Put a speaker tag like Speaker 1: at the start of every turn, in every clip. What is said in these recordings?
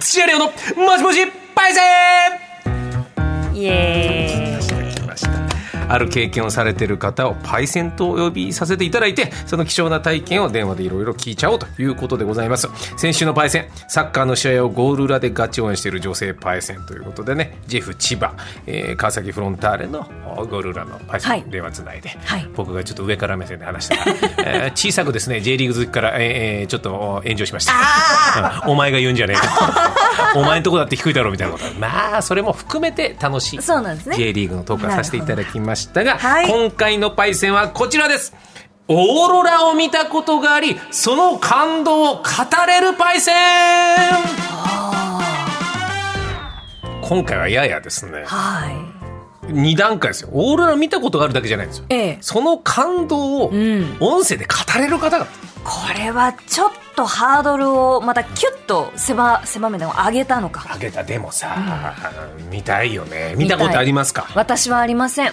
Speaker 1: シアレオのもしもしパイセ
Speaker 2: イエーイ
Speaker 1: ン来ましたある経験をされている方をパイセンとお呼びさせていただいてその貴重な体験を電話でいろいろ聞いちゃおうということでございます先週のパイセンサッカーの試合をゴール裏でガチ応援している女性パイセンということでねジェフ千葉、えー川崎フロンターレのゴール裏のパイセン、
Speaker 2: はい
Speaker 1: 電話つないで、
Speaker 2: はい
Speaker 1: 僕がちょっと上から目線で話 したら、えー小さくですね J リーグ好きから、えーえーちょっと炎上しました うんお前が言うんじゃねえとお前んとこだって低いだろうみたいなことまあそれも含めて楽しい
Speaker 2: そうなんですね
Speaker 1: J リーグのトークはさせていただきましたが、
Speaker 2: はい
Speaker 1: 今回のパイセンはこちらですオーロラを見たことがありその感動を語れるパイセン今回はややですね
Speaker 2: は
Speaker 1: 2段階ですよオーロラを見たことがあるだけじゃないんですよ
Speaker 2: いええ
Speaker 1: その感動を
Speaker 2: ん
Speaker 1: 音声で語れる方が
Speaker 2: これはちょっとハードルをまたキュッと狭狭めでも上げたのか
Speaker 1: あげたでもさ、見たいよね見たことありますか
Speaker 2: 私はありません、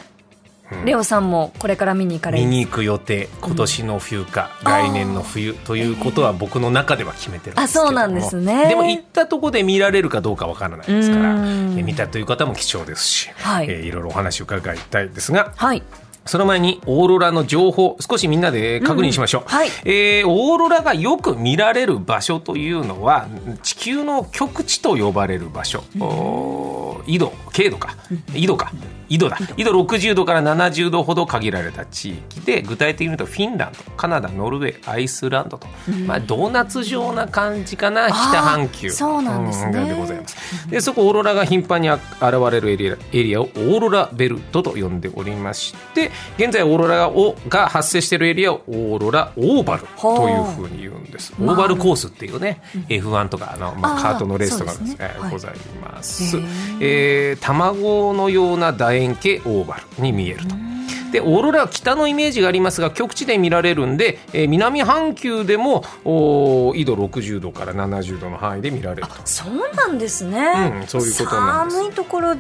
Speaker 2: レオさんもこれから見に行かれ
Speaker 1: 見
Speaker 2: る
Speaker 1: に行く予定今年の冬か、来年の冬ということは僕の中では決めてるんですけども
Speaker 2: あそうなんですね
Speaker 1: でも行ったとこで見られるかどうかわからないですから
Speaker 2: うん
Speaker 1: え見たという方も貴重ですし、
Speaker 2: はい
Speaker 1: えーいろいろお話を伺いたいですが
Speaker 2: はい
Speaker 1: その前にオーロラの情報少しみんなで確認しましょう、
Speaker 2: うんはい
Speaker 1: えーオーロラがよく見られる場所というのは地球の極地と呼ばれる場所、おー緯度経度か緯度か緯度だ緯度60度から70度ほど限られた地域で具体的に言うとフィンランドカナダノルウェーアイスランドと、まあ、ドーナツ状な感じかな北半球
Speaker 2: あーそうなんですね
Speaker 1: うでございますでそこオーロラが頻繁にあ現れるエリアエリアをオーロラベルトと呼んでおりまして現在オーロラをが発生しているエリアをオーロラオーバルというふうに言うんですオ
Speaker 2: う
Speaker 1: ーバルコースっていうね、F1 とかあの、まあ、
Speaker 2: あー
Speaker 1: カートのレースとかです、ね
Speaker 2: そうですねはい
Speaker 1: ございます
Speaker 2: へー、
Speaker 1: えー卵のような楕円形オーバルに見えると。でオーロラは北のイメージがありますが極地で見られるんで、えー南半球でもおー緯度60度から70度の範囲で見られると
Speaker 2: そうなんですね、
Speaker 1: うんそういうことなんです
Speaker 2: 寒いところ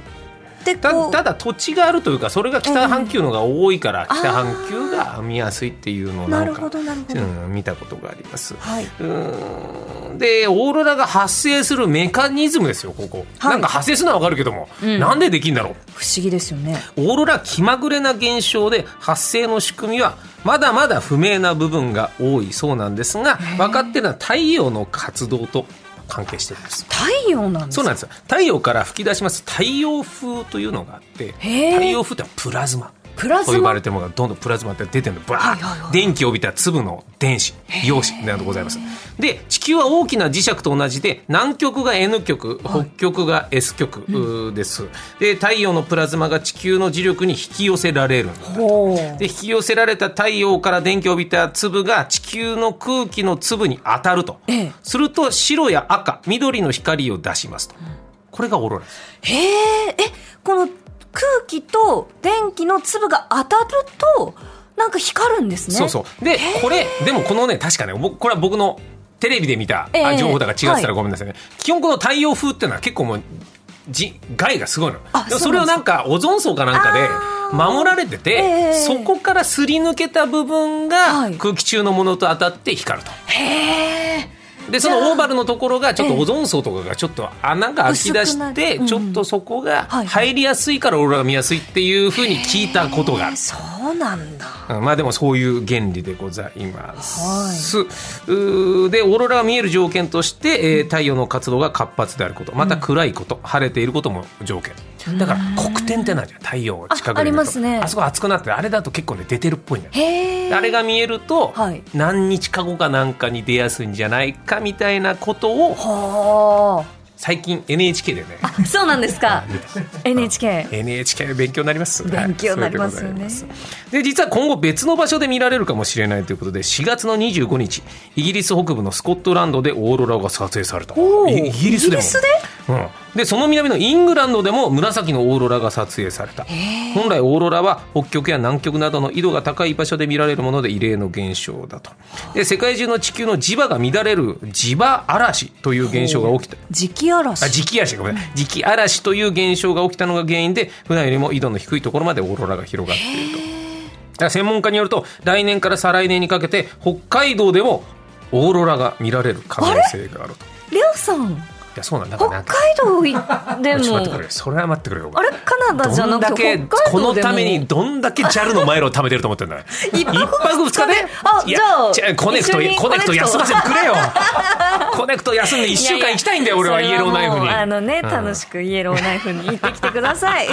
Speaker 2: でこ
Speaker 1: た
Speaker 2: う
Speaker 1: ただ土地があるというかそれが北半球のが多いから、
Speaker 2: うん
Speaker 1: 北半球が見やすいっていうのをな
Speaker 2: なんる
Speaker 1: か
Speaker 2: ほどなるほど、
Speaker 1: うん、見たことがあります。
Speaker 2: はいう
Speaker 1: ーんでオーロラが発生するメカニズムですよここ、
Speaker 2: はい
Speaker 1: なんか発生するのはわかるけども、
Speaker 2: うん
Speaker 1: なんでできんだろう
Speaker 2: 不思議ですよね
Speaker 1: オーロラ気まぐれな現象で発生の仕組みはまだまだ不明な部分が多いそうなんですが分かってるのは太陽の活動と関係してるんです
Speaker 2: 太陽なんです
Speaker 1: そうなんですよ太陽から吹き出します太陽風というのがあって太
Speaker 2: へー
Speaker 1: 陽風ってのはプラズマ
Speaker 2: プラ
Speaker 1: と呼
Speaker 2: ズ
Speaker 1: ば
Speaker 2: マ
Speaker 1: れてるものがどんどんプラズマって出てるのバ
Speaker 2: は
Speaker 1: ー
Speaker 2: いはいは
Speaker 1: ッ
Speaker 2: い
Speaker 1: 電気を帯びた粒の電子陽子などございますで地球は大きな磁石と同じで南極が N 極北極が S 極うーです、で太陽のプラズマが地球の磁力に引き寄せられるんだ
Speaker 2: ほう
Speaker 1: で引き寄せられた太陽から電気を帯びた粒が地球の空気の粒に当たると、
Speaker 2: ええ
Speaker 1: すると白や赤緑の光を出しますと、これがオーロラです
Speaker 2: へええこの空気と電気の粒が当たるとなんか光るんですね
Speaker 1: そうそうでこれでもこのね確かね僕これは僕のテレビで見た、あ
Speaker 2: ええ
Speaker 1: 情報だから違ってた
Speaker 2: は
Speaker 1: ら
Speaker 2: い
Speaker 1: ごめんなさいね、基本この太陽風っていうのは結構もうじ害がすごいの
Speaker 2: あ
Speaker 1: でも
Speaker 2: そ
Speaker 1: そうれを
Speaker 2: なんです
Speaker 1: なんかオゾン層かなんかで守られてて、
Speaker 2: ええ
Speaker 1: そこからすり抜けた部分が
Speaker 2: はい
Speaker 1: 空気中のものと当たって光ると。
Speaker 2: へえ
Speaker 1: でそのオーバルのところがちょっと
Speaker 2: ええ
Speaker 1: オゾン層とかがちょっと穴が開き出
Speaker 2: 薄くな
Speaker 1: し
Speaker 2: っててうん
Speaker 1: ちょっとそこが
Speaker 2: はい
Speaker 1: 入りやすいからオーロラが見やすいっていうふうに聞いたことがある。
Speaker 2: そうなんだ
Speaker 1: うんまあでもそういう原理でございます。うーでオーロラが見える条件として、えー太陽の活動が活発であることまた暗いこと、晴れていることも条件だから黒点ってなんじゃん太陽が近くにいると
Speaker 2: あありますね
Speaker 1: あそこ熱くなってあれだと結構ね出てるっぽいんだよ
Speaker 2: へえ
Speaker 1: あれが見えると、
Speaker 2: はい
Speaker 1: 何日か後かなんかに出やすいんじゃないかみたいなことを
Speaker 2: は
Speaker 1: 最近 NHK でね
Speaker 2: あそうなんで すか NHK
Speaker 1: NHK 勉強になります
Speaker 2: 勉強になりますよね
Speaker 1: はいそういうことでございますで実は今後別の場所で見られるかもしれないということで4月の25日イギリス北部のスコットランドでオーロラが撮影された
Speaker 2: おー
Speaker 1: イイギリスでも
Speaker 2: イギリスで
Speaker 1: うん、でその南のイングランドでも紫のオーロラが撮影された
Speaker 2: へ
Speaker 1: 本来オーロラは北極や南極などの緯度が高い場所で見られるもので異例の現象だとで世界中の地球の磁場が乱れる磁場嵐という現象が起きた
Speaker 2: 磁気嵐
Speaker 1: あ磁気嵐ごめんなさい磁気嵐という現象が起きたのが原因で普段よりも緯度の低いところまでオーロラが広がっているとだから専門家によると来年から再来年にかけて北海道でもオーロラが見られる可能性があると
Speaker 2: レオさん
Speaker 1: やそうなんだか
Speaker 2: 北
Speaker 1: らなんか
Speaker 2: 海道いで
Speaker 1: ちょ
Speaker 2: も
Speaker 1: っと待ってくれそれは待ってくれよ
Speaker 2: あれカナダじゃ
Speaker 1: ど
Speaker 2: なん
Speaker 1: だ
Speaker 2: く
Speaker 1: け
Speaker 2: て
Speaker 1: こ
Speaker 2: 北海道
Speaker 1: の
Speaker 2: でも
Speaker 1: ためにどんだけ JAL のマイルを貯めてると思ってんだよ
Speaker 2: 一泊
Speaker 1: 二日で
Speaker 2: あ
Speaker 1: いや
Speaker 2: じゃあ
Speaker 1: 違うコネクト
Speaker 2: 一緒に
Speaker 1: コネクト休ませてくれ よコネクト休んで1
Speaker 2: 一
Speaker 1: 週間行きたいんだよ俺はイエローナイフに
Speaker 2: あのね、
Speaker 1: うん
Speaker 2: 楽しくイエローナイフに行ってきてくださ い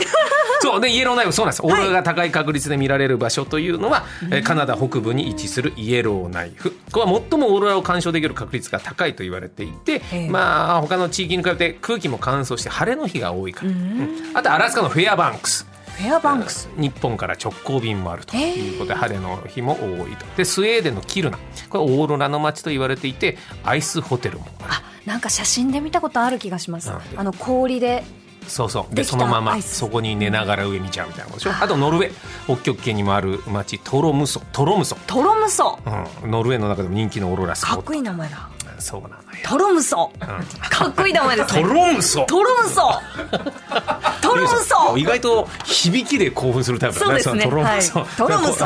Speaker 1: そうでイエローナイフそうなんですオーロラが高い確率で見られる場所というのは、えーカナダ北部に位置するイエローナイフこれは最もオーロラを鑑賞できる確率が高いと言われていて
Speaker 2: え
Speaker 1: まあ他の地域に比べて空気も乾燥して晴れの日が多いから、うんあとアラスカのフェアバンクス
Speaker 2: フェアバンクス
Speaker 1: 日本から直行便もあるということで晴れの日も多いとでスウェーデンのキルナこれはオーロラの街と言われていてアイスホテルもある
Speaker 2: あなんか写真で見たことある気がします
Speaker 1: うん
Speaker 2: あの氷で
Speaker 1: そうそう
Speaker 2: で
Speaker 1: で
Speaker 2: きた
Speaker 1: そのま
Speaker 2: ア
Speaker 1: ま
Speaker 2: イス
Speaker 1: そこに寝ながら上見ちゃうみたいなことでしょあとノルウェー北極圏にもある町トロムソトロムソ、
Speaker 2: トロムソ
Speaker 1: うん、ノルウェーの中でも人気のオーロラスポ
Speaker 2: か
Speaker 1: ッ
Speaker 2: っ
Speaker 1: ト
Speaker 2: こいい名前だ
Speaker 1: そうなのよ
Speaker 2: トロムソ
Speaker 1: ん
Speaker 2: かっこいい名前で
Speaker 1: ト
Speaker 2: すね
Speaker 1: ロムソ
Speaker 2: トロ ムソトロムソ
Speaker 1: 意外と響きで興奮するタイプだ
Speaker 2: そう
Speaker 1: ね
Speaker 2: ですね
Speaker 1: のトロムソ、
Speaker 2: はいトロムソ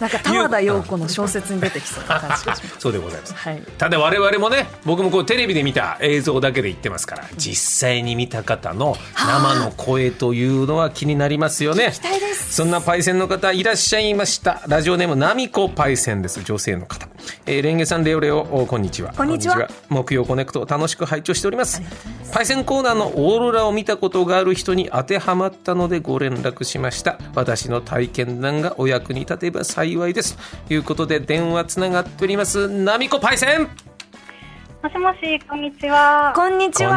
Speaker 2: なんか玉田陽子の小説に出てきそうな感じがします
Speaker 1: そうでございます
Speaker 2: はい
Speaker 1: ただ我々もね僕もこうテレビで見た映像だけで言ってますから実際に見た方の生の声というのは気になりますよね
Speaker 2: 期待です
Speaker 1: そんなパイセンの方いらっしゃいましたラジオネームナミコパイセンです女性の方、えー、レンゲさんレオレオおこんにちは
Speaker 2: こんにちは
Speaker 1: 木曜コネクトを楽しく拝聴しておりますパイセンコーナーのオーロラを見たことがある人に当てはまったのでご連絡しました私の体験談がお役に立てば幸いですということで電話つながっておりますナミコパイセン
Speaker 3: もしもし、こんにちは。
Speaker 2: こんに
Speaker 1: こんにち
Speaker 2: ちは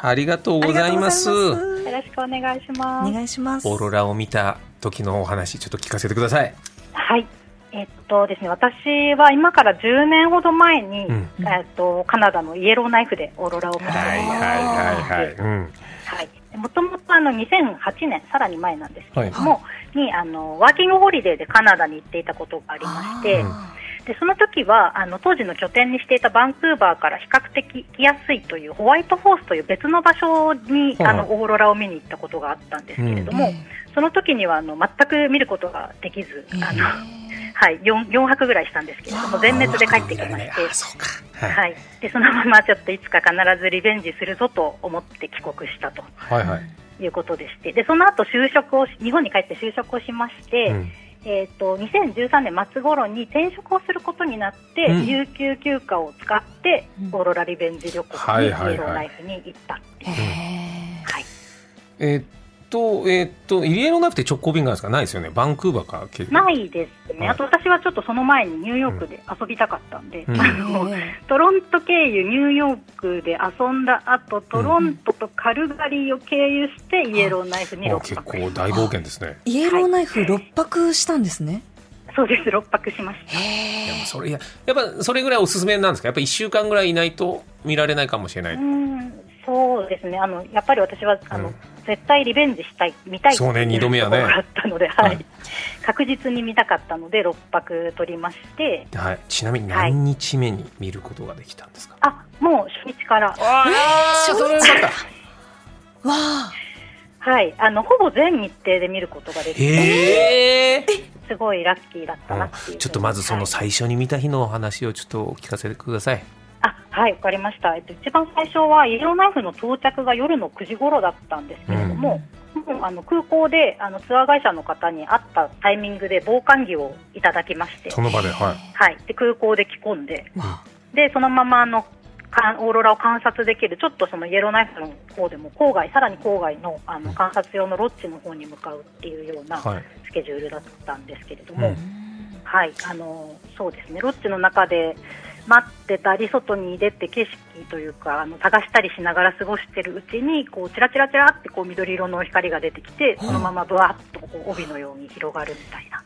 Speaker 1: は。ありがとうございます。
Speaker 2: ありがとうございま
Speaker 3: よろしくお願いし
Speaker 2: お
Speaker 3: ます。
Speaker 2: 願いします
Speaker 1: オーロラを見た時のお話、ちょっと聞かせてください。
Speaker 3: はい。えっとですね、私は今から10年ほど前に、
Speaker 1: うん
Speaker 3: えっと、カナダのイエローナイフでオーロラを見て、
Speaker 1: はいはいはいはい。うん。
Speaker 3: はい。もともとあの2008年、さらに前なんですけれど
Speaker 2: は
Speaker 3: も、にあのワーキングホリデーでカナダに行っていたことがありまして、
Speaker 2: あ
Speaker 3: でその時はあの当時の拠点にしていたバンクーバーから比較的来やすいというホワイトホースという別の場所に、
Speaker 1: はい
Speaker 3: あのオーロラを見に行ったことがあったんですけれど
Speaker 2: ー
Speaker 3: も、
Speaker 2: え
Speaker 3: その時にはあの全く見ることができず、
Speaker 2: え
Speaker 3: あのはい、4, 4泊ぐらいしたんですけれども、全滅で帰ってきまし
Speaker 1: あー
Speaker 3: て、
Speaker 1: そうか。はい。
Speaker 3: はい、でそのままちょっといつか必ずリベンジするぞと思って帰国したと
Speaker 1: はいはい。
Speaker 3: いうことでして、でその後就職をし日本に帰って就職をしまして、
Speaker 1: うん
Speaker 3: えー、と2013年末頃に転職をすることになって、
Speaker 1: うん
Speaker 3: 有給休暇を使って、
Speaker 2: うん
Speaker 3: オーロラリベンジ旅行
Speaker 1: は
Speaker 3: に、
Speaker 1: い
Speaker 3: イエロ
Speaker 1: はいはい
Speaker 3: ーナイフに行ったっていう
Speaker 2: へえ
Speaker 3: はい
Speaker 1: えーっと、えーっと、イリエロナイフって直行便があるんですかないですよね。バンクーバーから経由。
Speaker 3: ないですね、
Speaker 1: はい
Speaker 3: あと私はちょっとその前にニューヨークで遊びたかったんで、
Speaker 1: うん
Speaker 3: あのトロント経由、ニューヨークで遊んだ後、トロントとカルガリーを経由して、イエローナイフに
Speaker 1: あー
Speaker 3: 6
Speaker 1: 結
Speaker 3: 泊、
Speaker 1: 構大冒険ですね。
Speaker 2: イエローナイフ六泊したんですね
Speaker 3: そうです、6泊しました。
Speaker 2: へ
Speaker 1: で
Speaker 2: え
Speaker 1: もそれ、いややっぱそれぐらいおすすめなんですかやっぱ一週間ぐらいいないと見られないかもしれな
Speaker 3: う
Speaker 1: い。
Speaker 3: んそうですねあのやっぱり私はあの、
Speaker 1: うん
Speaker 3: 絶対リベンジしたい、見たい
Speaker 1: そうね二度目はね
Speaker 3: っていうところがあったので、はい
Speaker 1: はい
Speaker 3: 確実に見たかったので、6泊取りまして、
Speaker 1: はい。ちなみに何日目に見ることができたんですか
Speaker 3: あもう初日から、
Speaker 1: あ
Speaker 2: ー
Speaker 1: それよかった。
Speaker 2: わあ
Speaker 3: はい、あのほぼ全日程で見ることができて、
Speaker 1: へえ。
Speaker 3: すごいラッキーだったなっていうふうに、
Speaker 1: ちょっとまずそ
Speaker 3: は
Speaker 1: の
Speaker 3: い
Speaker 1: 最初に見た日のお話をちょっとお聞かせてください。
Speaker 3: あはい、わかりました。えっと、一番最初は、イエローナイフの到着が夜の9時頃だったんですけれども、もうあの空港であのツアー会社の方に会ったタイミングで防寒着をいただきまして、
Speaker 1: の場で、は
Speaker 3: はい、で空港で着込んで、
Speaker 1: わ
Speaker 3: でそのままあのかオーロラを観察できる、ちょっとそのイエローナイフの方でも郊外、さらに郊外のあの観察用のロッジの方に向かうっていうような
Speaker 1: はい。
Speaker 3: スケジュールだったんですけれど
Speaker 1: う
Speaker 3: も、
Speaker 1: ん
Speaker 3: はい、あのそうですね、ロッジの中で待ってたり、外に出て景色というか、あの探したりしながら過ごしてるうちに、こうちらちらちらってこう緑色の光が出てきて、そのままぶわっとこう帯のように広がるみたいな、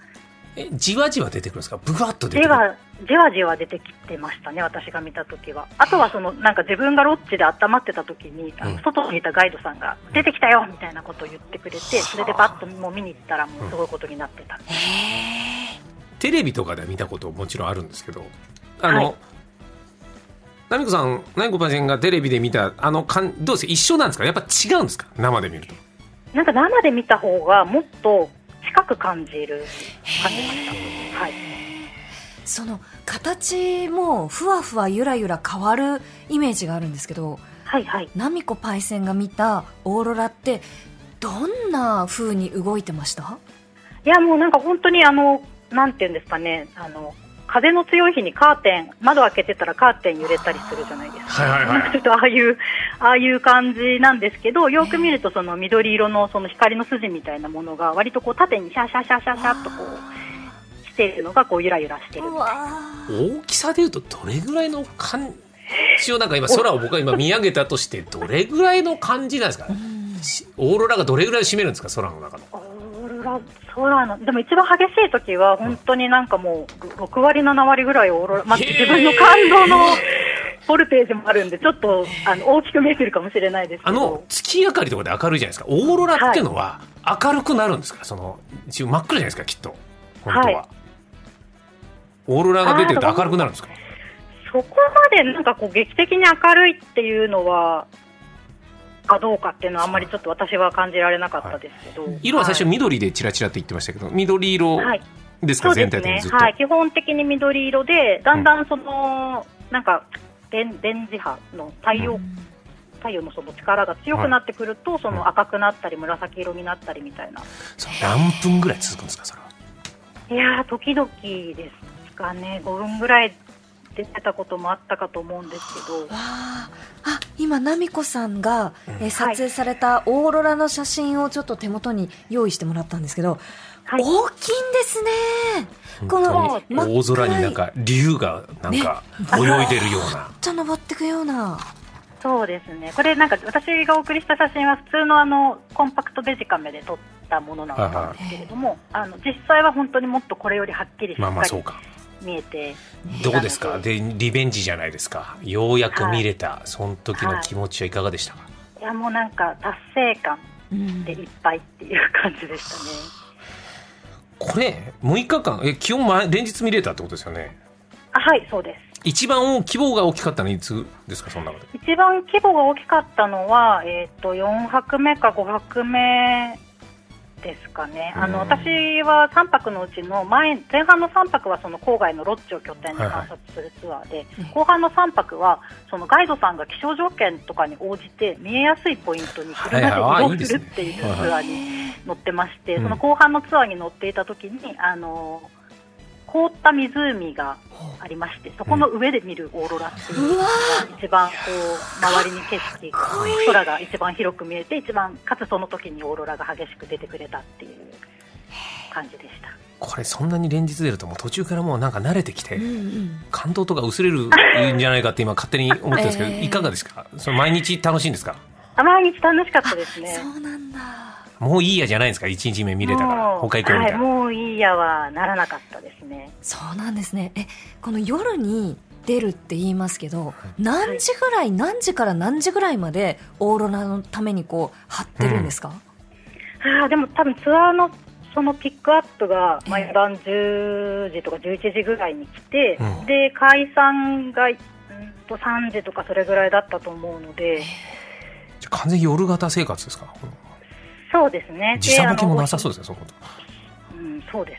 Speaker 1: え、じわじわ出てくるんですかブワッと出て
Speaker 3: で
Speaker 1: くる。
Speaker 3: はじわじわ出てきてましたね、私が見た時は。あとはそのなんか自分がロッジで温まってた時に、あ
Speaker 1: うん
Speaker 3: の外にいたガイドさんが、出てきたよみたいなことを言ってくれて、それでバッともう見に行ったら、もうすごいことになってた。
Speaker 1: テレビとかで見たこともちろんあるんですけど、あの、
Speaker 3: はい
Speaker 1: ナミコさん、ナミコパジェンがテレビで見た、あの、かんどうです一緒なんですかやっぱ違うんですか生で見ると。
Speaker 3: なんか生で見た方がもっと近く感じる感じました。はい。
Speaker 2: その形もふわふわゆらゆら変わるイメージがあるんですけど
Speaker 3: はいはい。
Speaker 2: ナミコパイセンが見たオーロラってどんな風に動いてました
Speaker 3: いやもうなんか本当にあのなんていうんですかねあの風の強い日にカーテン窓開けてたらカーテン揺れたりするじゃないですか。
Speaker 1: はいはい
Speaker 3: ちょっとああいうああいう感じなんですけどよく見るとその緑色のその光の筋みたいなものが割とこう縦にシャシャシャシャシャっとこうしているのがこうゆらゆらしてる
Speaker 2: うわ
Speaker 1: 大きさでいうとどれぐらいの感じをなんか今空を僕は今見上げたとしてどれぐらいの感じなんですか
Speaker 2: ーうん
Speaker 1: しオーロラがどれぐらいを占めるんですか空の中の
Speaker 3: オーロラ空のでも一番激しい時は本当になんかもう6割7割ぐらいオーロラ、まあ、
Speaker 1: へー
Speaker 3: 自分の感動のボルテージもあるんでちょっとあの大きく見えてるかもしれないですけ
Speaker 1: あ
Speaker 3: ど
Speaker 1: の月明かりとかで明るいじゃないですかオーロラっていうのは明るくなるんですか、その一応真っ暗じゃないですかきっと本当は、
Speaker 3: はい
Speaker 1: オーロラが出てると明るくなるんですか
Speaker 3: そこまでなんかこう劇的に明るいっていうのはかどうかっていうのはあんまりちょっと私は感じられなかったですけど、
Speaker 1: 色は最初
Speaker 3: はい
Speaker 1: 緑でチラチラって言ってましたけど緑色
Speaker 3: はい
Speaker 1: ですか、
Speaker 3: そうで
Speaker 1: 全体
Speaker 3: す
Speaker 1: 的
Speaker 3: ね
Speaker 1: にずっと、
Speaker 3: はい基本的に緑色でだんだんその、なんか電電磁波の太陽、太陽のその力が強くなってくると、その赤くなったり紫色になったりみたいな、
Speaker 1: そう何分ぐらい続くんですかそれはい
Speaker 3: やー時々ですかね5分ぐらい出てたこともあったかと思うんですけど
Speaker 2: わああ今ナミコさんが、えー撮
Speaker 3: は
Speaker 2: 影
Speaker 3: い
Speaker 2: されたオーロラの写真をちょっと手元に用意してもらったんですけど、
Speaker 3: は
Speaker 2: 大
Speaker 3: い
Speaker 2: きいんですねこの
Speaker 1: 本当に大空になん
Speaker 2: 真っ
Speaker 1: か竜がなんか泳いでるような、
Speaker 2: ちゃ登ってくような
Speaker 3: そうですねこれなんか私がお送りした写真は普通のあのコンパクトデジカメで撮ったものなんですけれども、あの実際は本当にもっとこれよりはっきりしっ
Speaker 1: まあまあ
Speaker 3: か
Speaker 1: そう
Speaker 3: り
Speaker 1: か
Speaker 3: 見えて、
Speaker 1: どうですかでリベンジじゃないですかようやく見れた、その時の気持ちはいかがでしたか、
Speaker 3: いやもうなんか達成感でいっぱいっていう感じでしたね。
Speaker 1: これ6日間え気温前連日見れたってことですよね
Speaker 3: あはいそうです
Speaker 1: 一番大規模が大きかったのはいつですかその中で
Speaker 3: 一番規模が大きかったのは、えー、と4泊目か5泊目ですかね、あの
Speaker 1: うん
Speaker 3: 私は3泊のうちの前前半の3泊はその郊外のロッジを拠点に
Speaker 1: はいは
Speaker 3: 観
Speaker 1: い
Speaker 3: 察するツアーで、
Speaker 2: ね
Speaker 3: 後半の3泊はそのガイドさんが気象条件とかに応じて見えやすいポイントに車で移
Speaker 1: はいはいあいい
Speaker 3: 動
Speaker 1: ですす
Speaker 3: るっ
Speaker 1: ね
Speaker 3: ていうツ
Speaker 1: はいはい
Speaker 3: アーに乗ってまして、
Speaker 1: うん
Speaker 3: その後半のツアーに乗っていた時にあの凍った湖がありましてそこの上で見るオーロラっていう。
Speaker 2: うわ
Speaker 3: 一番こう周りに景色
Speaker 2: かっこいい
Speaker 3: 空が一番広く見えて一番かつその時にオーロラが激しく出てくれたっていう感じでした
Speaker 1: これそんなに連日出るともう途中からもうなんか慣れてきて、
Speaker 2: ーうんうん
Speaker 1: 感動とか薄れるんじゃないかって今勝手に思ってるんですけど、
Speaker 2: えー
Speaker 1: いかがですかそれ毎日楽しいんですか
Speaker 3: あ毎日楽しかったですね
Speaker 2: そうなんだ
Speaker 1: もういいやじゃないんですか1日目見れたから
Speaker 3: もう
Speaker 1: 他行こうみたいな、
Speaker 3: はい、もういいやはならなかったですね
Speaker 2: そうなんですねえこの夜に出るって言いますけど何時ぐらい何時から何時ぐらいまでオーロラのためにこう張ってるんですか、
Speaker 3: ああでも多分ツアーのそのピックアップがまあ夜晩10時とか11時ぐらいに来て、
Speaker 1: うん
Speaker 3: で解散がうんと3時とかそれぐらいだったと思うので
Speaker 1: じゃあ完全に夜型生活ですかこの
Speaker 3: そうですね
Speaker 1: 時差ボケもな
Speaker 3: そ
Speaker 1: さそ
Speaker 3: う
Speaker 1: うですねそのこと
Speaker 3: うん、そうで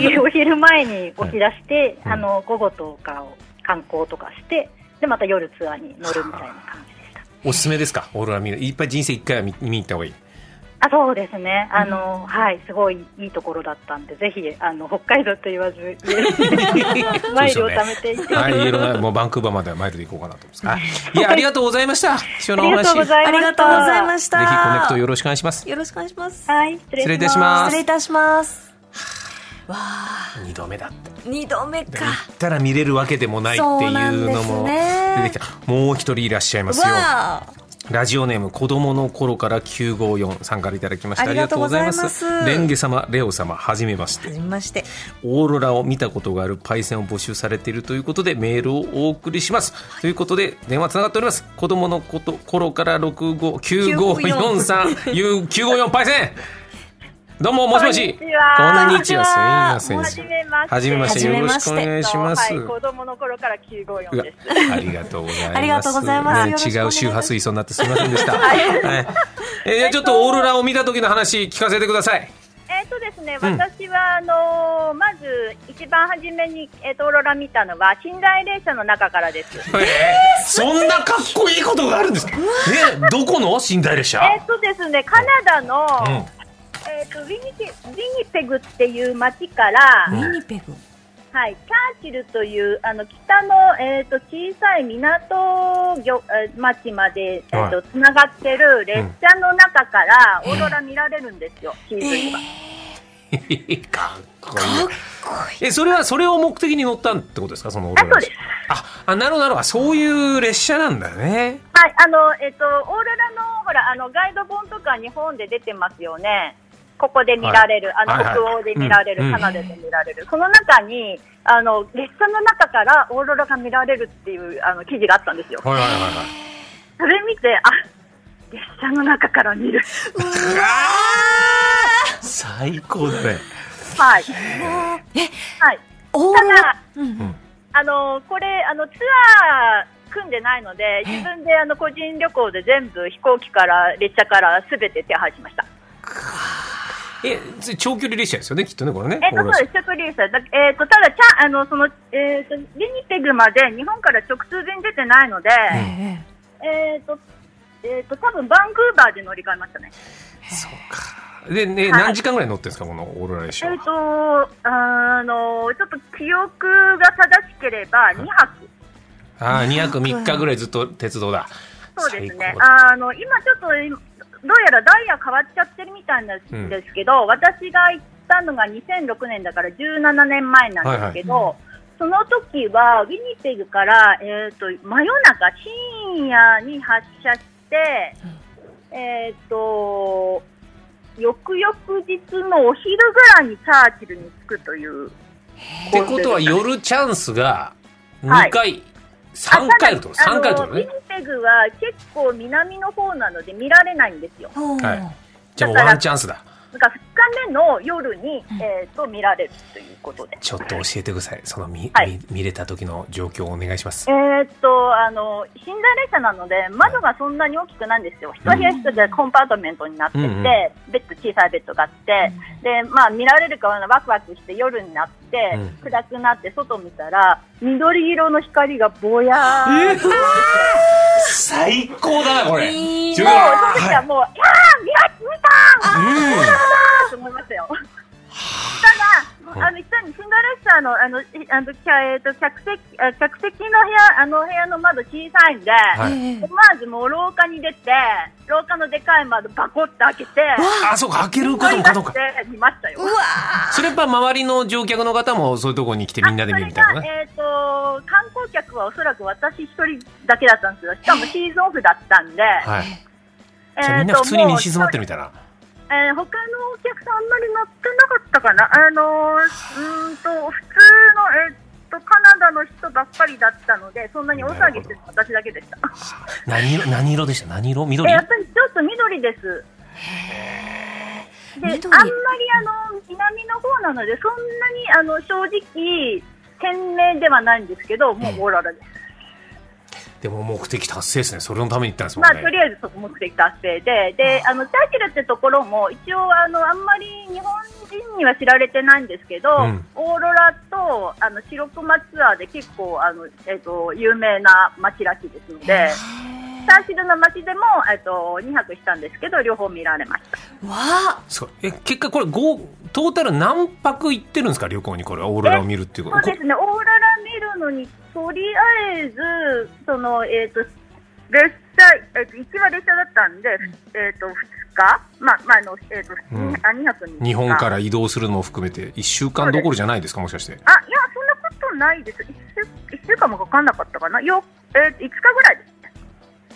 Speaker 3: ね。お昼前に起き出して、
Speaker 1: うん
Speaker 3: あの午後とかを観光とかして、でまた夜ツアーに乗るみたいな感じでした。
Speaker 1: おすすめですかオーロラ見るいっぱい人生一回は見見に行った方がいい
Speaker 3: あ、そうですね。あの、はい、すごいいいところだったんで、ぜひあの北海道と言わ ず、マイルを貯めていって。
Speaker 1: はい、いろんなもうバンクーバーまではマイルで行こうかなと思うんですが。いや、ありがとうございました。貴重
Speaker 3: あ
Speaker 1: なお
Speaker 3: りが
Speaker 1: 話。
Speaker 3: とうございました。
Speaker 2: ありがとうございま
Speaker 3: し
Speaker 2: した
Speaker 1: ぜひコネクトよろしくお願いします。
Speaker 2: よろしくお願いします
Speaker 3: た。はい、失
Speaker 1: 失礼
Speaker 3: 礼
Speaker 1: い
Speaker 3: い
Speaker 1: た
Speaker 3: た
Speaker 1: し
Speaker 3: し
Speaker 1: ま
Speaker 3: ま
Speaker 2: 失
Speaker 3: すす。
Speaker 2: 礼いたしますわあ
Speaker 1: 二度目だって。
Speaker 2: 二度目
Speaker 1: で
Speaker 2: か
Speaker 1: 行ったら見れるわけでもないっていうの
Speaker 2: そう
Speaker 1: も
Speaker 2: なん
Speaker 1: 出
Speaker 2: で
Speaker 1: てきた。
Speaker 2: す
Speaker 1: もう一人いらっしゃいますよ。
Speaker 2: わあ
Speaker 1: ラジオネーム子供の頃から954さんからいただきました。
Speaker 2: ありがとうございます
Speaker 1: ありがとうございレンゲ様、レオ様、はじめまし
Speaker 2: は
Speaker 1: て
Speaker 2: じ。めまして
Speaker 1: オーロラを見たことがあるパイセンを募集されているということでメールをお送りします、ということで電話つながっております子供のこと頃から6595439554パイセンどうももしもし
Speaker 3: こんにちは
Speaker 1: こんにちはすいません
Speaker 4: はじめまして
Speaker 1: はじめまして
Speaker 2: はじ
Speaker 1: よ
Speaker 2: め
Speaker 1: ろ
Speaker 2: ま
Speaker 1: し
Speaker 2: して
Speaker 1: くお願いします、
Speaker 4: はい、子供の頃から954
Speaker 1: うわ
Speaker 4: です。
Speaker 1: ありがとうございます。
Speaker 2: ありがとうございます
Speaker 1: ね
Speaker 2: よろしくお
Speaker 1: 違
Speaker 2: 願
Speaker 1: う
Speaker 2: いします
Speaker 1: 周波数いそうになってすみませんでした。はい。えーじゃあちょっとオーロラを見た時の話聞かせてください。
Speaker 4: えっ、とです
Speaker 3: ですね、
Speaker 1: うん
Speaker 3: 私はあのーまず一番初めに、えーとオーロラ見たのは寝台列車の中からです。
Speaker 1: えーそんなかっこいいことがあるんですかえどこの寝台列車
Speaker 3: えっ、とですね、カナダの、
Speaker 1: うん
Speaker 3: えっ、とウィニペウィニペグっていう町から、
Speaker 1: うん
Speaker 2: ミニペグ
Speaker 3: はい、チャーチルというあの北の、えー、と小さい港漁えー町まで、えーと
Speaker 1: は
Speaker 3: つながってる列車の中から、オーロラ見られるんですよ、シーズンは。
Speaker 1: かっこい
Speaker 2: かっ
Speaker 1: いえそれはそれを目的に乗ったってことですかそのオーロ
Speaker 3: あそ
Speaker 1: ラ
Speaker 3: うです
Speaker 1: ああなるほどなるほどそういう列車なんだね
Speaker 3: はい、あの、えっ、と、オーロラの、ほら、あの、ガイド本とか日本で出てますよね。ここで見られる、
Speaker 1: い
Speaker 3: あの、
Speaker 1: はいはい
Speaker 3: 北欧で見られる、
Speaker 1: うん
Speaker 3: カナダで見られる。その中に、あの、列車の中からオーロラが見られるっていう、あの、記事があったんですよ。
Speaker 1: はいはいはいはい
Speaker 3: それ見て、あ、列車の中から見る。
Speaker 1: 最高だね
Speaker 3: はい。
Speaker 2: え
Speaker 3: はい。
Speaker 2: オーロ
Speaker 3: ただ
Speaker 2: ラ、うん
Speaker 3: あの、これ、あの、ツアー、組んでないので自分であの個人旅行で全部飛行機から列車からすべて手配しました。
Speaker 1: えつ長距離列車ですよねきっとねこれね
Speaker 3: えっと、そうです、直流車。だえっと、ただ、ちゃん、あの、その、えっと、リニペグまで日本から直通便出てないので、
Speaker 2: ええ
Speaker 3: えっと、えっと、多分バンクーバーで乗り換えましたね。
Speaker 1: すでね
Speaker 3: はい
Speaker 1: 何時間ぐらい乗ってるんですかこのオーロラ列車
Speaker 3: えっ
Speaker 1: は
Speaker 3: と、あの、ちょっと記憶が正しければ2泊。
Speaker 1: あー2泊3日ぐらいずっと鉄道だ
Speaker 3: そうです
Speaker 1: 最。
Speaker 3: ね
Speaker 1: 高だ
Speaker 3: あの、今ちょっと、どうやらダイヤ変わっちゃってるみたいなん
Speaker 1: うん
Speaker 3: ですけど、私が行ったのが2006年だから17年前なんですけど、その時はウィニペグから、えー、と真夜中、深夜に発射して、えっ、と、翌々日のお昼ぐらいにチャーチルに着くという。
Speaker 1: ってことは夜チャンスが
Speaker 3: は
Speaker 1: 2
Speaker 3: い
Speaker 1: 回3回あるってこと
Speaker 3: あただ
Speaker 1: 3回あるって
Speaker 3: あ
Speaker 1: こと
Speaker 3: のウィニ
Speaker 1: ね
Speaker 3: ペグは結構南の方なので見られないんですよ。
Speaker 2: ほう
Speaker 1: はいじゃあもう
Speaker 3: だから
Speaker 1: ワンチャンスだ
Speaker 3: なんか2日目の夜に、えー、と見られるということで。
Speaker 1: ちょっと教えてくださいその見,み、
Speaker 3: はい
Speaker 1: 見れた時の状況をお願いします
Speaker 3: えーっとあの寝台列車なので窓がそんなに大きくないんですよ、一部屋一部屋コンパートメントになってて、
Speaker 1: うんうん
Speaker 3: ベッド小さいベッドがあって、でまあ、見られるからワクワクして夜になって、
Speaker 1: うん
Speaker 3: 暗くなって外見たら緑色の光がぼやーっと、
Speaker 1: 最高だなこれ
Speaker 2: いい
Speaker 1: 自
Speaker 3: もう
Speaker 1: 分
Speaker 3: その時はもう、い、やー、見ら見たーと思いましたよ。 ただ、あの、一旦に寝台列車の、あの、いあの、きゃえっと、客席、あ客席の部屋、あの、部屋の窓小さいんで、
Speaker 1: は
Speaker 2: え
Speaker 1: い
Speaker 2: え
Speaker 3: 思わずもう廊下に出て、廊下のでかい窓バコッと開けて、
Speaker 1: あそうか開けること
Speaker 3: 声
Speaker 1: も
Speaker 3: 出
Speaker 1: 可能か
Speaker 3: して見ましたよ
Speaker 2: う。わ
Speaker 1: それやっぱ周りの乗客の方もそういうとこに来てみんなで見るみたいな
Speaker 3: あそれ
Speaker 1: ね
Speaker 3: が、えっ、と、観光客はおそらく私一人だけだったんですよ。しかもシーズンオフだったんで、
Speaker 1: はい
Speaker 3: え
Speaker 1: じゃあみんな普通に寝静まってるみたいな
Speaker 3: えー、他のお客さんあんまり乗ってなかったかな、あのー、うーんと普通の、えーっとカナダの人ばっかりだったので、そんなに大騒ぎしてるの私だけでした。
Speaker 1: 何色何色でした何色
Speaker 3: え
Speaker 1: 緑
Speaker 3: やっぱりちょっと緑です。で、あんまり
Speaker 2: 緑
Speaker 3: あの南の方なので、そんなにあの正直、鮮明ではないんですけど、もうオーロラです。
Speaker 1: でも目的達成ですねそれのために行ったんですも
Speaker 3: まあ、
Speaker 1: ん
Speaker 3: と
Speaker 1: ね
Speaker 3: りあえずそこ目的達成で、で、あの、チャーチルってところも、一応、あの、あんまり日本人には知られてないんですけど、
Speaker 1: うん
Speaker 3: オーロラと、あの、白熊ツアーで結構、あの、えっ、と、有名な街らしいですので、チャーチルの街でも、えっ、と、2泊したんですけど、両方見られました。
Speaker 2: わあ
Speaker 1: すごいえ結果これごトータル何泊行ってるんですか旅行にこれオーロラを見るっていうこ
Speaker 3: そう
Speaker 1: と
Speaker 3: ですね、オーロラ見るのに、とりあえず、その、えっ、と、列車、えっ、と、1は列車だったんで、えっ、と、2日、まあ、まあ、あの、えっ、と、
Speaker 1: うん
Speaker 3: あ2泊。
Speaker 1: 日本からら移動するのも含めて1週間どころじゃないですかもしかして
Speaker 3: あ、いや、そんなことないです。1週一週間もかかんなかったかな。よ、えっ、と、5日ぐらいです。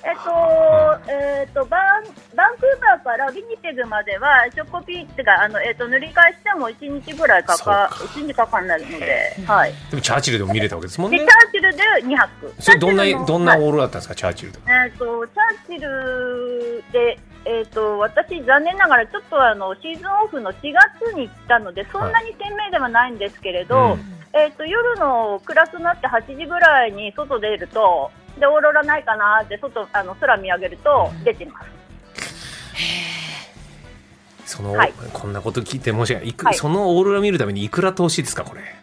Speaker 3: えっ、と、えっ、と、バン、バンクーバーからビニペグまでは、チョコピーチが、あの、えっ、と、塗り替えしても1日ぐらいかか、1日かかんないので、はい。
Speaker 1: でもチャーチルでも見れたわけですもん
Speaker 3: で、チ
Speaker 1: ね
Speaker 3: ャーチルで2泊。
Speaker 1: それどんな
Speaker 3: チャーチルの
Speaker 1: どんな
Speaker 3: はい
Speaker 1: オーロラだったんですかチャーチルとか
Speaker 3: えっ、と、チャーチルで、えっ、と、私、残念ながら、ちょっとあの、シーズンオフの4月に行ったので、そんなに鮮明ではないんですけれど、
Speaker 1: はいうん
Speaker 3: えっ、と、夜の暗くなって8時ぐらいに外出ると、で、オーロラないかなって、外、あの、空見上げると、出てます。
Speaker 1: その、
Speaker 3: はい
Speaker 1: こんなこと聞いて申し訳ないいく、
Speaker 3: はい
Speaker 1: そのオーロラ見るためにいくら投資ですかこれ
Speaker 3: え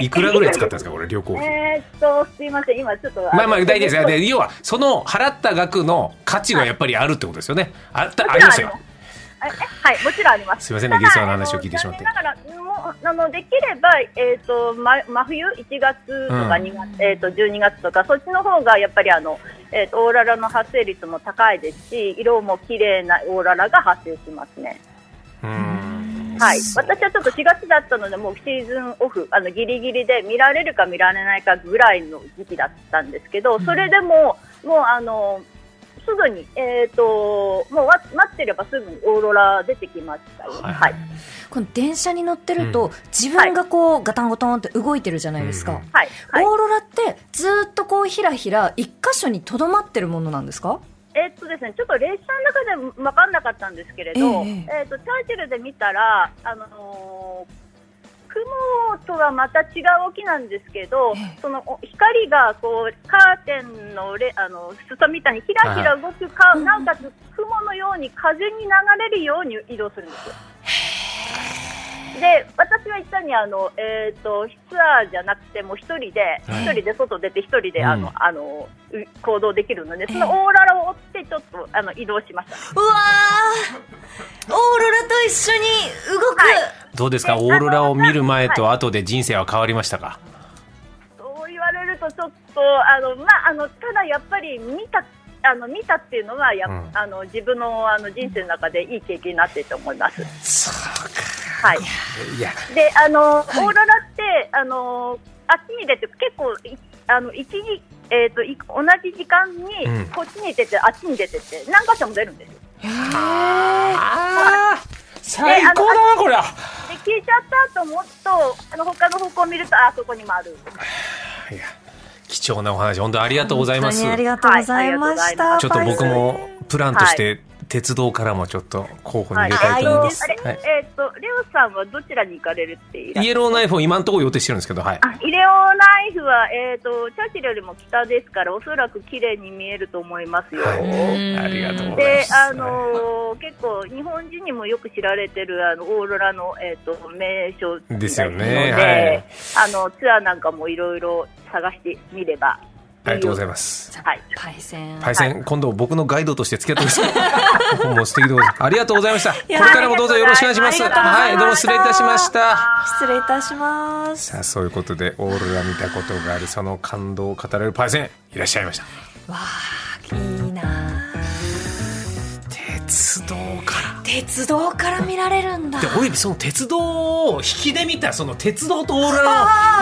Speaker 3: え
Speaker 1: いくらぐらい使ったんですかこれ旅行費
Speaker 3: えーっと、すいません、今ちょっと。
Speaker 1: まあまあ大丈夫ですよ
Speaker 3: ね。
Speaker 1: で要はその払った額の価値がやっぱりあるってことですよね、あったあ
Speaker 3: も
Speaker 1: り
Speaker 3: ちろん
Speaker 1: ま
Speaker 3: あ
Speaker 1: すよ
Speaker 3: ります。ええはい、もちろんあります。
Speaker 1: すいませんね
Speaker 3: ただ
Speaker 1: ゲストの話を聞いてしまって
Speaker 3: あの残念ながら、もう、あの、できれば、えっ、と、ま、真冬、1月とか2月、えっ、と、12月とか、そっちの方が、やっぱり、あの、えっ、と、オーロラの発生率も高いですし、色も綺麗なオーロラが発生しますね。
Speaker 1: うん
Speaker 3: はい。
Speaker 1: そう
Speaker 3: 私はちょっと4月だったので、もうシーズンオフ、あの、ギリギリで見られるか見られないかぐらいの時期だったんですけど、それでも、もうあの、すぐに、えっ、と、もうわ待ってればすぐにオーロラ出てきましたよ。
Speaker 1: はい
Speaker 3: はい。
Speaker 2: この電車に乗ってる
Speaker 1: う
Speaker 2: と、自分がこう、ガタンゴトンって動いてるじゃないです
Speaker 1: うん
Speaker 2: か。
Speaker 3: はい。はい
Speaker 2: オーロラって、ずーっとこう、ひらひら、一箇所にとどまってるものなんですか
Speaker 3: えっとですね、ちょっと列車の中で分かんなかったんですけれど、
Speaker 2: え
Speaker 3: え
Speaker 2: え
Speaker 3: っとチャーチルで見たら、あのー雲とはまた違う沖なんですけど、
Speaker 2: え
Speaker 3: そのお光がこうカーテンのれあの裾みたいにひらひら動くか、
Speaker 2: い
Speaker 3: なおかつ雲のように風に流れるように移動するんですよ。で私は一旦にあの、えー、とツアーじゃなくてもう一人で一、
Speaker 1: はい
Speaker 3: 人で外出て一人で、あの
Speaker 1: うん
Speaker 3: あのう行動できるのでそ
Speaker 2: え
Speaker 3: の
Speaker 2: え
Speaker 3: オーロラを追ってちょっとあの移動しました。
Speaker 2: うわーオーロラと一緒に動く、
Speaker 3: はい
Speaker 1: どうですか
Speaker 3: え
Speaker 1: オーロラを見る前と後で人生は変わりましたか、
Speaker 3: そう言われるとちょっとあのまああのただやっぱり見たあの見たっていうのはや、
Speaker 1: うん
Speaker 3: あの自分のあの人生の中でいい経験になってると思います。
Speaker 1: そうか
Speaker 3: はい。
Speaker 1: いや
Speaker 3: であの、オーロラってあのあっちに出て結構いあの一時えっ、とい同じ時間に
Speaker 1: うん
Speaker 3: こっちに出て、あっちに出てって何箇所も出るんですよ。
Speaker 1: あー最高だなこれは
Speaker 3: で消えちゃったと思うとあの他の方向を見るとあそこにもある。
Speaker 1: いや貴重なお話本当ありがとうございます
Speaker 2: 本当にありがとうございました、
Speaker 3: はいあ
Speaker 1: ちょっと僕もプランとして鉄道からもちょっと候補に入れたいと思います、
Speaker 3: あれ、
Speaker 1: はい
Speaker 3: えっ、とレオさんはどちらに行かれるっていらっしゃる
Speaker 1: イエローナイフを今のところ予定してるんですけどはい
Speaker 3: あイレオナイフは、えー、とチャーチルよりも北ですからおそらく綺麗に見えると思いますよ。
Speaker 1: はい、ありがとうございま。
Speaker 3: ですあのー結構日本人にもよく知られてるあのオーロラの、えー、と名所みたいなの
Speaker 1: ですよね
Speaker 3: あのツアーなんかもいろいろ探してみれば
Speaker 1: ありがとうございます。
Speaker 3: はい
Speaker 2: パイセン
Speaker 1: パイセン、今度僕のガイドとして付き合ってくだ さい。もう素敵でございます。ありがとうございました。これからもどうぞよろしくお願いします。
Speaker 3: ありがとうご
Speaker 1: は
Speaker 3: ざいました
Speaker 1: い、どうも失礼いたしました。
Speaker 2: 失礼いたします
Speaker 1: さあ、そういうことで、オーロラ見たことがあり、その感動を語れるパイセン、いらっしゃいました。
Speaker 2: わーいいな
Speaker 1: 鉄道か
Speaker 2: 鉄道から見られるんだ
Speaker 1: ら。で、俺、その鉄道を引きで見た、その鉄道とオーロラ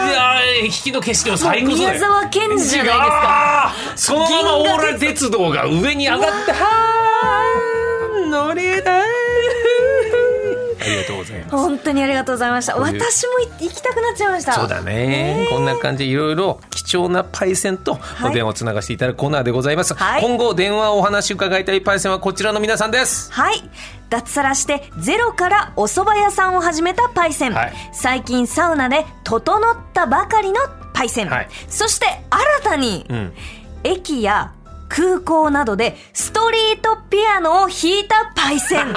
Speaker 1: の、いやー引きの景色の最高だ
Speaker 2: 宮
Speaker 1: よ。
Speaker 2: 沢賢治じゃないですか
Speaker 1: 違うそのままオーロラ鉄道が上に上がってはー乗れないありがとうございます
Speaker 2: 本当にありがとうございました
Speaker 1: こういう
Speaker 2: 私も行きたくなっちゃいました
Speaker 1: そうだね、こんな感じでいろいろ貴重なパイセンと
Speaker 2: い
Speaker 1: お電話をつながしていただくコーナーでございます、
Speaker 2: はい
Speaker 1: 今後電話をお話伺いたいパイセンはこちらの皆さんです
Speaker 2: はい脱サラしてゼロからお蕎麦屋さんを始めたパイセン、
Speaker 1: はい
Speaker 2: 最近サウナで整ったばかりのパイセン、
Speaker 1: はい
Speaker 2: そして新たに、
Speaker 1: ん
Speaker 2: 駅や空港などでストリートピアノを弾いたパイ セン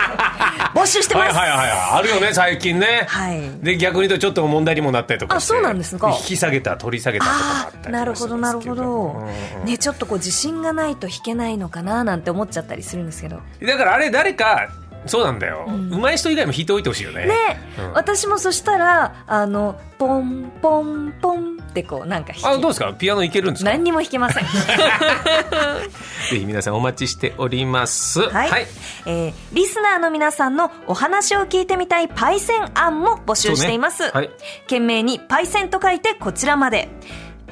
Speaker 2: 募集してます、
Speaker 1: いはいあるよね最近ね
Speaker 2: はい
Speaker 1: で逆に言うとちょっと問題にもなったりと
Speaker 2: あそうなんですか
Speaker 1: 引き下げた取り下げたとかもあった
Speaker 2: ああ
Speaker 1: りと
Speaker 2: なる
Speaker 1: かする
Speaker 2: ほど
Speaker 1: んで
Speaker 2: な
Speaker 1: す
Speaker 2: る
Speaker 1: けど
Speaker 2: ほど、
Speaker 1: うん
Speaker 2: ねちょっとこう自信がないと弾けないのかななんて思っちゃったりするんですけどね
Speaker 1: だからあれ誰かそうなんだよ、上手い人以外も弾いておいてほしいよねうん
Speaker 2: 私もそしたらあのポンポンポンってこうなんか
Speaker 1: あ
Speaker 2: 弾
Speaker 1: どうで
Speaker 2: き
Speaker 1: すかピアノいけるんですか
Speaker 2: 何にも弾けません
Speaker 1: ぜひ皆さんお待ちしております
Speaker 2: はい、えーリスナーの皆さんのお話を聞いてみたいパイセン案も募集しています、
Speaker 1: そうねはい
Speaker 2: 懸命にパイセンと書いてこちらまで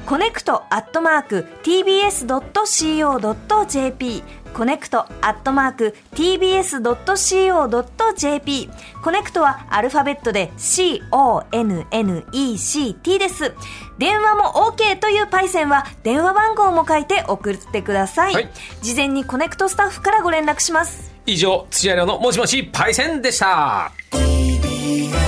Speaker 2: コネクトアットマーク tbs.co.jp コネクトアットマーク tbs.co.jp コネクトはアルファベットで connect です電話も OK というパイセンは電話番号も書いて送ってください、
Speaker 1: はい
Speaker 2: 事前にコネクトスタッフからご連絡します
Speaker 1: 以上土屋良のもしもしパイセンでした
Speaker 5: TBS